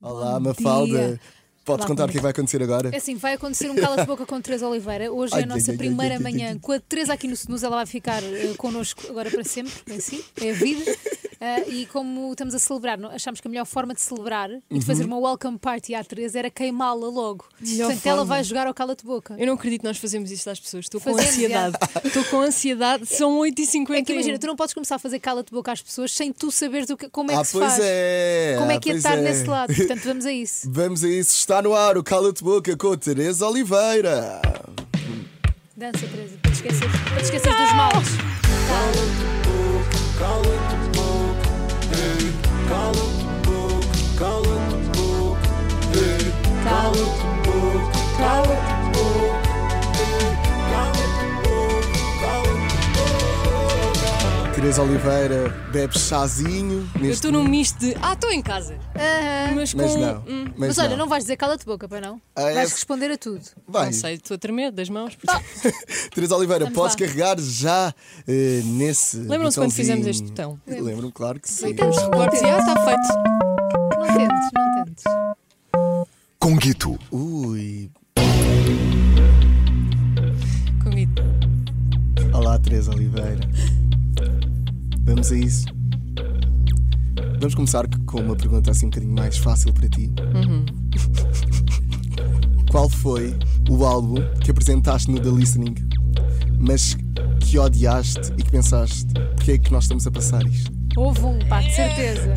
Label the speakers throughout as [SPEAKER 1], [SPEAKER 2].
[SPEAKER 1] Olá,
[SPEAKER 2] Bom
[SPEAKER 1] Mafalda.
[SPEAKER 2] dia.
[SPEAKER 1] Podes
[SPEAKER 2] Olá,
[SPEAKER 1] contar o
[SPEAKER 2] como
[SPEAKER 1] que é que vai acontecer agora?
[SPEAKER 2] É assim, vai acontecer um cala-de-boca com a Teresa Oliveira. Hoje
[SPEAKER 1] Ai,
[SPEAKER 2] é a nossa
[SPEAKER 1] ai, ai,
[SPEAKER 2] primeira
[SPEAKER 1] ai, ai, ai,
[SPEAKER 2] manhã
[SPEAKER 1] ai.
[SPEAKER 2] com a Teresa aqui no Senus. Ela vai ficar eh, connosco agora para sempre. É assim, é a vida. Ah, e como estamos a celebrar, não- achámos que a melhor forma de celebrar e de
[SPEAKER 1] Uhum.
[SPEAKER 2] fazer uma welcome party à Teresa era queimá-la logo.
[SPEAKER 3] Melhor
[SPEAKER 2] Portanto, ela
[SPEAKER 3] forma.
[SPEAKER 2] vai jogar ao cala-de-boca.
[SPEAKER 3] Eu não acredito que nós fazemos isto às pessoas. Estou com
[SPEAKER 2] Fazemos,
[SPEAKER 3] ansiedade. Estou com ansiedade. São 8h50.
[SPEAKER 2] É que imagina, tu não podes começar a fazer cala-de-boca às pessoas sem tu saberes o que- como é que
[SPEAKER 1] ah,
[SPEAKER 2] se
[SPEAKER 1] pois
[SPEAKER 2] faz.
[SPEAKER 1] é!
[SPEAKER 2] Como é
[SPEAKER 1] ah,
[SPEAKER 2] que ia
[SPEAKER 1] pois
[SPEAKER 2] estar
[SPEAKER 1] é.
[SPEAKER 2] nesse lado. Portanto, vamos a isso.
[SPEAKER 1] Vamos a isso. Está no ar o Cala-te Boca com a Teresa Oliveira.
[SPEAKER 2] Dança, Teresa, para te esquecer, para te esquecer dos males. Cala-te
[SPEAKER 1] Teresa Oliveira bebe chazinho.
[SPEAKER 3] Eu
[SPEAKER 1] neste
[SPEAKER 3] estou num misto de. Ah, estou em casa. Mas com.
[SPEAKER 1] Mas não.
[SPEAKER 3] hum,
[SPEAKER 1] Mas,
[SPEAKER 2] um- Mas olha, não vais dizer cala-te boca, para não?
[SPEAKER 1] Ah, é-
[SPEAKER 2] Vais responder a tudo.
[SPEAKER 1] Vai.
[SPEAKER 3] não sei, estou a tremer das mãos.
[SPEAKER 2] Tá
[SPEAKER 3] porque-
[SPEAKER 1] Teresa Oliveira,
[SPEAKER 2] Vamos
[SPEAKER 1] podes
[SPEAKER 2] lá.
[SPEAKER 1] carregar já eh, nesse.
[SPEAKER 3] Lembram-se quando
[SPEAKER 1] botãozinho.
[SPEAKER 3] fizemos este botão?
[SPEAKER 1] Lembro-me, claro que sim.
[SPEAKER 2] Então,
[SPEAKER 3] Os recortes e ah, está feito.
[SPEAKER 2] Não tentes, não tentes.
[SPEAKER 4] Conguito.
[SPEAKER 1] Ui.
[SPEAKER 3] Comigo.
[SPEAKER 1] Olá, Teresa Oliveira. Vamos a isso. Vamos começar com uma pergunta assim um bocadinho mais fácil para ti. Qual foi o álbum que apresentaste no The Listening, mas que odiaste e que pensaste porque é que nós estamos a passar isto?
[SPEAKER 2] Houve um, pá, de certeza.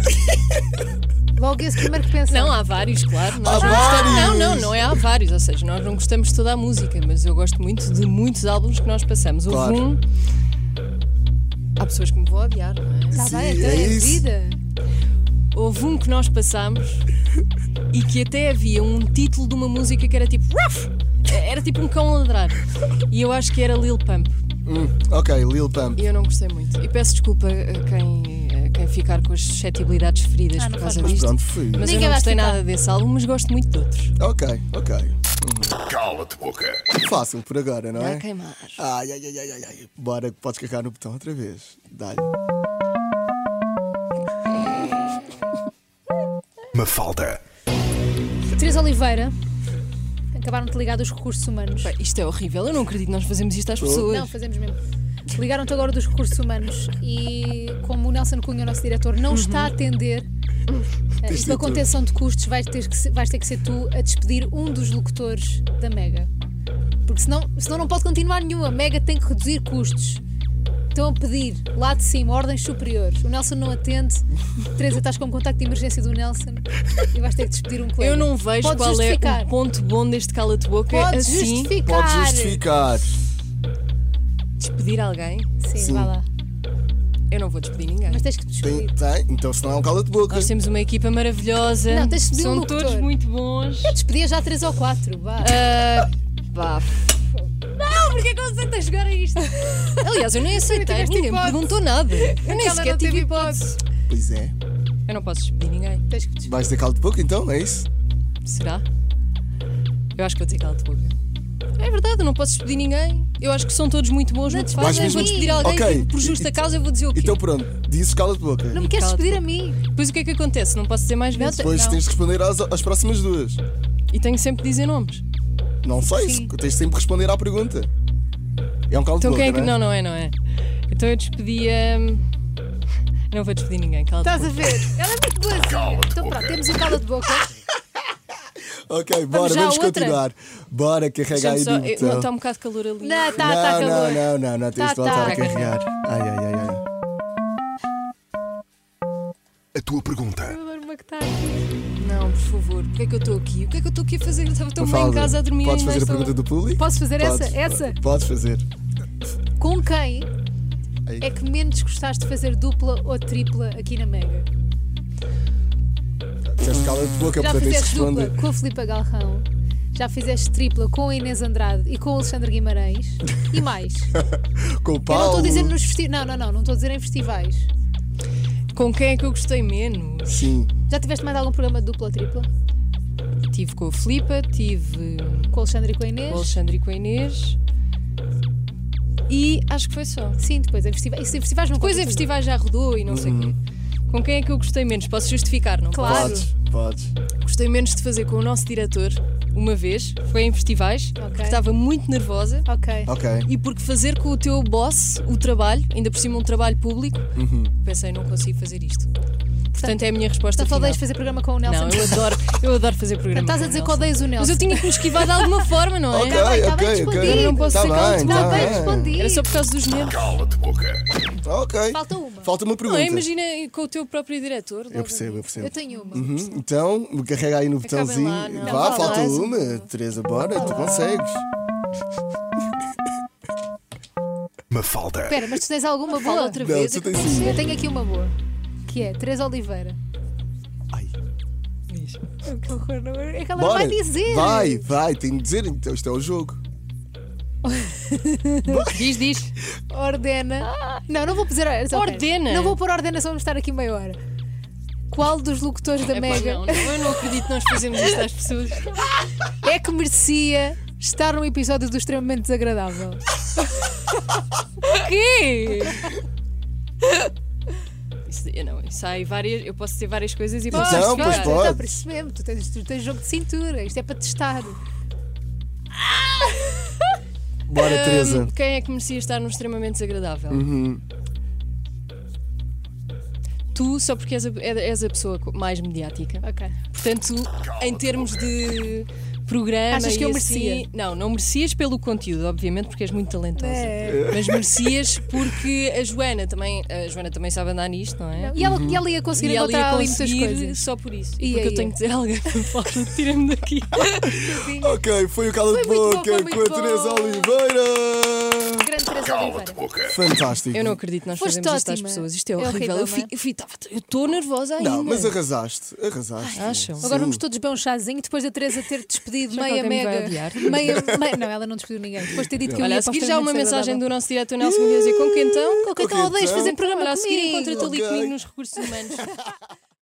[SPEAKER 2] Logo esse primeiro que pensa.
[SPEAKER 3] Não, há vários, claro. Nós
[SPEAKER 1] Há
[SPEAKER 3] não gostamos-
[SPEAKER 1] vários!
[SPEAKER 3] Não, não, não é há vários. Ou seja, nós não gostamos de toda a música, mas eu gosto muito de muitos álbuns que nós passamos. Houve
[SPEAKER 1] Claro.
[SPEAKER 3] um. Há pessoas que me vão odiar, não é?
[SPEAKER 2] Está
[SPEAKER 1] Sim,
[SPEAKER 2] bem, então
[SPEAKER 1] é
[SPEAKER 2] é,
[SPEAKER 1] isso.
[SPEAKER 2] vida.
[SPEAKER 3] Houve um que nós passámos e que até havia um título de uma música que era tipo Ruff! Era tipo um cão a ladrar. E eu acho que era Lil Pump.
[SPEAKER 1] Hum, ok, Lil Pump.
[SPEAKER 3] E eu não gostei muito. E peço desculpa a quem, a quem ficar com as suscetibilidades feridas
[SPEAKER 2] Ah, não
[SPEAKER 3] por
[SPEAKER 2] faz
[SPEAKER 3] causa
[SPEAKER 2] mal.
[SPEAKER 1] Mas
[SPEAKER 3] disto.
[SPEAKER 1] pronto, fui.
[SPEAKER 3] Mas
[SPEAKER 2] Ninguém
[SPEAKER 3] eu
[SPEAKER 2] vai
[SPEAKER 3] não gostei
[SPEAKER 2] ficar.
[SPEAKER 3] nada desse álbum, mas gosto muito de outros.
[SPEAKER 1] Ok, ok.
[SPEAKER 4] Cala-te boca.
[SPEAKER 1] Fácil por agora, não é?
[SPEAKER 3] Vai queimar.
[SPEAKER 1] Ai, ai, ai, ai, ai, ai. Bora, podes carregar no botão outra vez. Dá-lhe.
[SPEAKER 4] Mafalda.
[SPEAKER 2] Teresa Oliveira, acabaram de ligar dos recursos humanos.
[SPEAKER 3] Pá, Isto é horrível. Eu não acredito que nós fazemos isto às pessoas.
[SPEAKER 2] Não, fazemos mesmo. Ligaram-te agora dos recursos humanos e, como o Nelson Cunha, o nosso diretor, não está
[SPEAKER 3] Uhum.
[SPEAKER 2] a atender eh, isto da contenção de custos, vais ter, que ser, vais ter que ser tu a despedir um dos locutores da Mega. Porque senão, senão não pode continuar nenhuma. A Mega tem que reduzir custos. Estão a pedir lá de cima ordens superiores. O Nelson não atende. Teresa, estás com o contacto de emergência do Nelson e vais ter que despedir um colega.
[SPEAKER 3] Eu não vejo
[SPEAKER 2] Podes
[SPEAKER 3] qual
[SPEAKER 2] justificar.
[SPEAKER 3] é o ponto bom deste cala-te-boca.
[SPEAKER 2] Podes
[SPEAKER 3] assim,
[SPEAKER 2] justificar.
[SPEAKER 1] Podes justificar.
[SPEAKER 3] despedir alguém.
[SPEAKER 2] Sim,
[SPEAKER 1] Sim.
[SPEAKER 2] vá lá.
[SPEAKER 3] Eu não vou despedir ninguém.
[SPEAKER 2] Mas tens que te
[SPEAKER 1] Tem,
[SPEAKER 2] despedir.
[SPEAKER 1] tem. Então se não é um cala de boca.
[SPEAKER 3] Nós temos uma equipa maravilhosa.
[SPEAKER 2] Não, tens de pedir um
[SPEAKER 3] São
[SPEAKER 2] locutor.
[SPEAKER 3] todos muito bons.
[SPEAKER 2] Despedia já três ou quatro. Vá.
[SPEAKER 3] Ah, pá. Não, porque é que eu aceito a jogar a isto? Aliás, eu nem aceitei,
[SPEAKER 2] tiveste
[SPEAKER 3] ninguém me
[SPEAKER 2] hipótese.
[SPEAKER 3] perguntou nada. Eu nem
[SPEAKER 2] Aquela
[SPEAKER 3] sequer
[SPEAKER 2] não teve
[SPEAKER 3] tive hipótese.
[SPEAKER 1] Pois é.
[SPEAKER 3] Eu não posso despedir ninguém,
[SPEAKER 2] Tens que te
[SPEAKER 1] Vais dizer cala de boca então? É isso?
[SPEAKER 3] será? Eu acho que vou dizer cala-te boca. É verdade, eu não posso despedir ninguém. Eu acho que são todos muito bons no que
[SPEAKER 2] despedes
[SPEAKER 3] fazem.
[SPEAKER 1] a
[SPEAKER 3] Vou
[SPEAKER 1] mim.
[SPEAKER 3] despedir alguém
[SPEAKER 1] Ok.
[SPEAKER 3] por justa
[SPEAKER 1] E-
[SPEAKER 3] causa, eu vou dizer o quê?
[SPEAKER 1] Então pronto, dizes cala de boca.
[SPEAKER 2] Não me queres
[SPEAKER 3] Cala-te
[SPEAKER 2] despedir a mim?
[SPEAKER 3] Depois o que é que acontece? Não posso dizer mais vezes?
[SPEAKER 1] Depois
[SPEAKER 3] Não.
[SPEAKER 1] tens de responder às, às próximas duas.
[SPEAKER 3] E tenho sempre de dizer nomes.
[SPEAKER 1] Não sei,
[SPEAKER 2] Sim.
[SPEAKER 1] tens sempre de responder à pergunta. É um cala
[SPEAKER 3] Então
[SPEAKER 1] de boca.
[SPEAKER 3] quem é que.
[SPEAKER 1] não,
[SPEAKER 3] Não, não é, não é. Então eu despedia. hum, Não vou despedir ninguém, cala-te
[SPEAKER 1] Tá-
[SPEAKER 2] Estás
[SPEAKER 3] boca.
[SPEAKER 2] a ver? Ela é muito boazinha.
[SPEAKER 4] Cala-te,
[SPEAKER 2] então
[SPEAKER 4] boca.
[SPEAKER 2] pronto, temos o cala de boca.
[SPEAKER 1] Ok, bora,
[SPEAKER 2] já à
[SPEAKER 1] vamos
[SPEAKER 2] outra?
[SPEAKER 1] continuar. Bora, carrega
[SPEAKER 3] Deixa-me
[SPEAKER 1] aí
[SPEAKER 3] só-
[SPEAKER 1] no
[SPEAKER 3] eu-
[SPEAKER 1] botão.
[SPEAKER 3] Não, está um bocado de calor ali.
[SPEAKER 2] Não, então, tá,
[SPEAKER 1] não,
[SPEAKER 2] tá
[SPEAKER 1] não,
[SPEAKER 2] calor.
[SPEAKER 1] não, não, não, tens
[SPEAKER 2] Tá,
[SPEAKER 1] de voltar
[SPEAKER 2] tá.
[SPEAKER 1] a carregar. Ai, ai, ai, ai.
[SPEAKER 4] A tua pergunta.
[SPEAKER 2] Agora uma que está aqui.
[SPEAKER 3] Não, por favor, porquê é que eu estou aqui? O que é que eu estou aqui a fazer? Eu estava tão bem em
[SPEAKER 1] Mafalda,
[SPEAKER 3] casa a dormir
[SPEAKER 1] Podes
[SPEAKER 3] ainda
[SPEAKER 1] fazer a
[SPEAKER 3] estou-
[SPEAKER 1] pergunta do público?
[SPEAKER 2] Posso fazer essa?
[SPEAKER 1] Podes,
[SPEAKER 2] Essa?
[SPEAKER 1] Podes fazer.
[SPEAKER 2] Com quem
[SPEAKER 1] Aí.
[SPEAKER 2] é que menos gostaste de fazer dupla ou tripla aqui na Mega?
[SPEAKER 1] Tens cala de boca, portanto
[SPEAKER 2] Já
[SPEAKER 1] tens de
[SPEAKER 2] fizeste dupla
[SPEAKER 1] responder.
[SPEAKER 2] com a Filipa Galrão. Já fizeste tripla com a Inês Andrade e com o Alexandre Guimarães. E mais.
[SPEAKER 1] Com o
[SPEAKER 2] Eu não
[SPEAKER 1] Paulo.
[SPEAKER 2] estou a dizer nos festivais. Não, não, não. Não estou a dizer em festivais.
[SPEAKER 3] Com quem é que eu gostei menos?
[SPEAKER 1] Sim,
[SPEAKER 2] Já tiveste mais algum programa de dupla ou tripla?
[SPEAKER 3] Tive com a Filipa, tive
[SPEAKER 2] Com o Alexandre e com a
[SPEAKER 3] com
[SPEAKER 2] Inês?
[SPEAKER 3] o Alexandre e com a Inês. E acho que foi só.
[SPEAKER 2] Sim, depois em festivais. Isso em festivais não
[SPEAKER 3] Depois
[SPEAKER 2] conta
[SPEAKER 3] em
[SPEAKER 2] tudo.
[SPEAKER 1] Uhum.
[SPEAKER 3] é festivais já rodou e não sei o quê. Com quem é que eu gostei menos? Posso justificar, não?
[SPEAKER 2] Claro.
[SPEAKER 1] podes, podes.
[SPEAKER 3] Gostei menos de fazer com o nosso diretor uma vez, foi em festivais, porque estava muito nervosa.
[SPEAKER 2] Ok.
[SPEAKER 1] Ok.
[SPEAKER 3] E porque fazer com o teu boss o trabalho, ainda por cima um trabalho público,
[SPEAKER 1] Uhum.
[SPEAKER 3] pensei, não consigo fazer isto. Portanto, é a minha resposta.
[SPEAKER 2] Então só
[SPEAKER 3] final.
[SPEAKER 2] odeias fazer programa com o Nelson.
[SPEAKER 3] Não, eu adoro, eu adoro fazer programa.
[SPEAKER 2] Estás a
[SPEAKER 3] com o
[SPEAKER 2] dizer que
[SPEAKER 3] Nelson.
[SPEAKER 2] odeias o
[SPEAKER 3] Mas
[SPEAKER 2] Nelson.
[SPEAKER 3] eu tinha que me esquivar de alguma forma, não é?
[SPEAKER 1] Ok,
[SPEAKER 2] bem, tá
[SPEAKER 1] ok,
[SPEAKER 2] bem
[SPEAKER 1] ok.
[SPEAKER 2] respondido.
[SPEAKER 3] Eu não posso
[SPEAKER 1] Tá
[SPEAKER 3] ser
[SPEAKER 1] bem,
[SPEAKER 3] caldo de
[SPEAKER 2] Está
[SPEAKER 1] tá
[SPEAKER 2] bem
[SPEAKER 1] bem.
[SPEAKER 2] respondido.
[SPEAKER 3] Era só por causa dos nervos.
[SPEAKER 4] Cala-te boca.
[SPEAKER 1] Ah, Ok.
[SPEAKER 2] Falta uma.
[SPEAKER 1] Falta uma
[SPEAKER 3] Não,
[SPEAKER 1] pergunta.
[SPEAKER 3] é? imagina com o teu próprio diretor.
[SPEAKER 1] Eu percebo, eu percebo.
[SPEAKER 2] Eu tenho uma.
[SPEAKER 1] Uhum, Então, carrega aí no
[SPEAKER 3] Acabem
[SPEAKER 1] botãozinho.
[SPEAKER 3] lá, não.
[SPEAKER 1] Vá,
[SPEAKER 2] Não,
[SPEAKER 1] falta
[SPEAKER 2] mais
[SPEAKER 1] uma. Teresa, bora, tu consegues.
[SPEAKER 4] Mafalda.
[SPEAKER 2] Espera, mas tu tens alguma boa?
[SPEAKER 3] Fala outra
[SPEAKER 1] Não,
[SPEAKER 3] vez.
[SPEAKER 1] tu
[SPEAKER 3] é que
[SPEAKER 1] tens
[SPEAKER 3] tem que
[SPEAKER 1] uma.
[SPEAKER 2] Eu tenho aqui uma boa. Que é Teresa Oliveira.
[SPEAKER 1] Ai.
[SPEAKER 2] Que horror, não é? É que ela
[SPEAKER 1] Bora.
[SPEAKER 2] vai dizer.
[SPEAKER 1] Vai, vai, tem de dizer. Então, isto é o jogo.
[SPEAKER 3] ser. Diz, diz.
[SPEAKER 2] Ordena. Não, não vou dizer. só espera.
[SPEAKER 3] Ordena.
[SPEAKER 2] Não vou pôr ordena, só vamos estar aqui meia hora. Qual dos locutores da
[SPEAKER 3] Epá,
[SPEAKER 2] Mega
[SPEAKER 3] É não, não, eu não acredito que nós fazemos isto às pessoas.
[SPEAKER 2] é que merecia estar num episódio do extremamente desagradável?
[SPEAKER 3] O quê? Isso, eu não, isso há aí várias. Eu posso ter várias coisas e posso
[SPEAKER 1] Então, pois
[SPEAKER 3] justificar.
[SPEAKER 1] pode.
[SPEAKER 2] Está tá percebendo? Tu tens, tu tens jogo de cintura, isto é para testar.
[SPEAKER 1] Bora,
[SPEAKER 3] Hum,
[SPEAKER 1] Teresa.
[SPEAKER 3] Quem é que merecia estar num extremamente desagradável? Tu, só porque és a, é- és a pessoa co- mais mediática.
[SPEAKER 2] Ok.
[SPEAKER 3] Portanto, em termos de programa.
[SPEAKER 2] Achas que
[SPEAKER 3] e
[SPEAKER 2] eu
[SPEAKER 3] assim-
[SPEAKER 2] merecia?
[SPEAKER 3] não, não merecias pelo conteúdo, obviamente, porque és muito talentosa.
[SPEAKER 2] É.
[SPEAKER 3] Mas merecias porque a Joana também. A Joana também sabe andar nisto, não é?
[SPEAKER 2] E ela, e ela ia conseguir
[SPEAKER 3] E ela
[SPEAKER 2] encontrar
[SPEAKER 3] ia
[SPEAKER 2] ali muitas
[SPEAKER 3] conseguir
[SPEAKER 2] coisas.
[SPEAKER 3] só por isso.
[SPEAKER 2] Ia,
[SPEAKER 3] e porque
[SPEAKER 2] ia.
[SPEAKER 3] eu tenho que dizer a alguém que fala, tira-me daqui.
[SPEAKER 1] Ok, foi o Cala de
[SPEAKER 2] Foi muito bom,
[SPEAKER 1] Boca
[SPEAKER 2] foi muito
[SPEAKER 1] com a
[SPEAKER 2] bom.
[SPEAKER 1] Teresa Oliveira.
[SPEAKER 2] Grande Teresa
[SPEAKER 4] Cala-te
[SPEAKER 2] Oliveira.
[SPEAKER 4] boca.
[SPEAKER 1] Fantástico.
[SPEAKER 3] Eu não acredito que nós
[SPEAKER 2] Foste
[SPEAKER 3] fazemos isto às
[SPEAKER 2] ótima.
[SPEAKER 3] pessoas. Isto é
[SPEAKER 2] É horrível,
[SPEAKER 3] horrível. eu
[SPEAKER 2] não é?
[SPEAKER 3] fi- eu fi- tava- eu estou nervosa ainda.
[SPEAKER 1] Não, mas arrasaste. Arrasaste.
[SPEAKER 3] acham?
[SPEAKER 2] Agora
[SPEAKER 1] Sim.
[SPEAKER 2] vamos todos beber um chazinho depois da Teresa ter despedido
[SPEAKER 3] Será que
[SPEAKER 2] meia
[SPEAKER 3] alguém me vai
[SPEAKER 2] mega.
[SPEAKER 3] odiar?
[SPEAKER 2] Meia, meia- não, ela não despediu ninguém. Depois de ter dito que eu
[SPEAKER 3] Olha,
[SPEAKER 2] ia
[SPEAKER 3] a seguir
[SPEAKER 2] para o
[SPEAKER 3] já uma
[SPEAKER 2] extremamente
[SPEAKER 3] mensagem
[SPEAKER 2] desagradável.
[SPEAKER 3] do nosso diretor Nelson Munhoz e com que então?
[SPEAKER 2] Com que então
[SPEAKER 1] Ok,
[SPEAKER 2] odeias
[SPEAKER 1] então.
[SPEAKER 2] fazer programa
[SPEAKER 3] Olha, a seguir
[SPEAKER 2] comigo?
[SPEAKER 3] encontra-te ali
[SPEAKER 1] Ok.
[SPEAKER 3] comigo nos recursos humanos.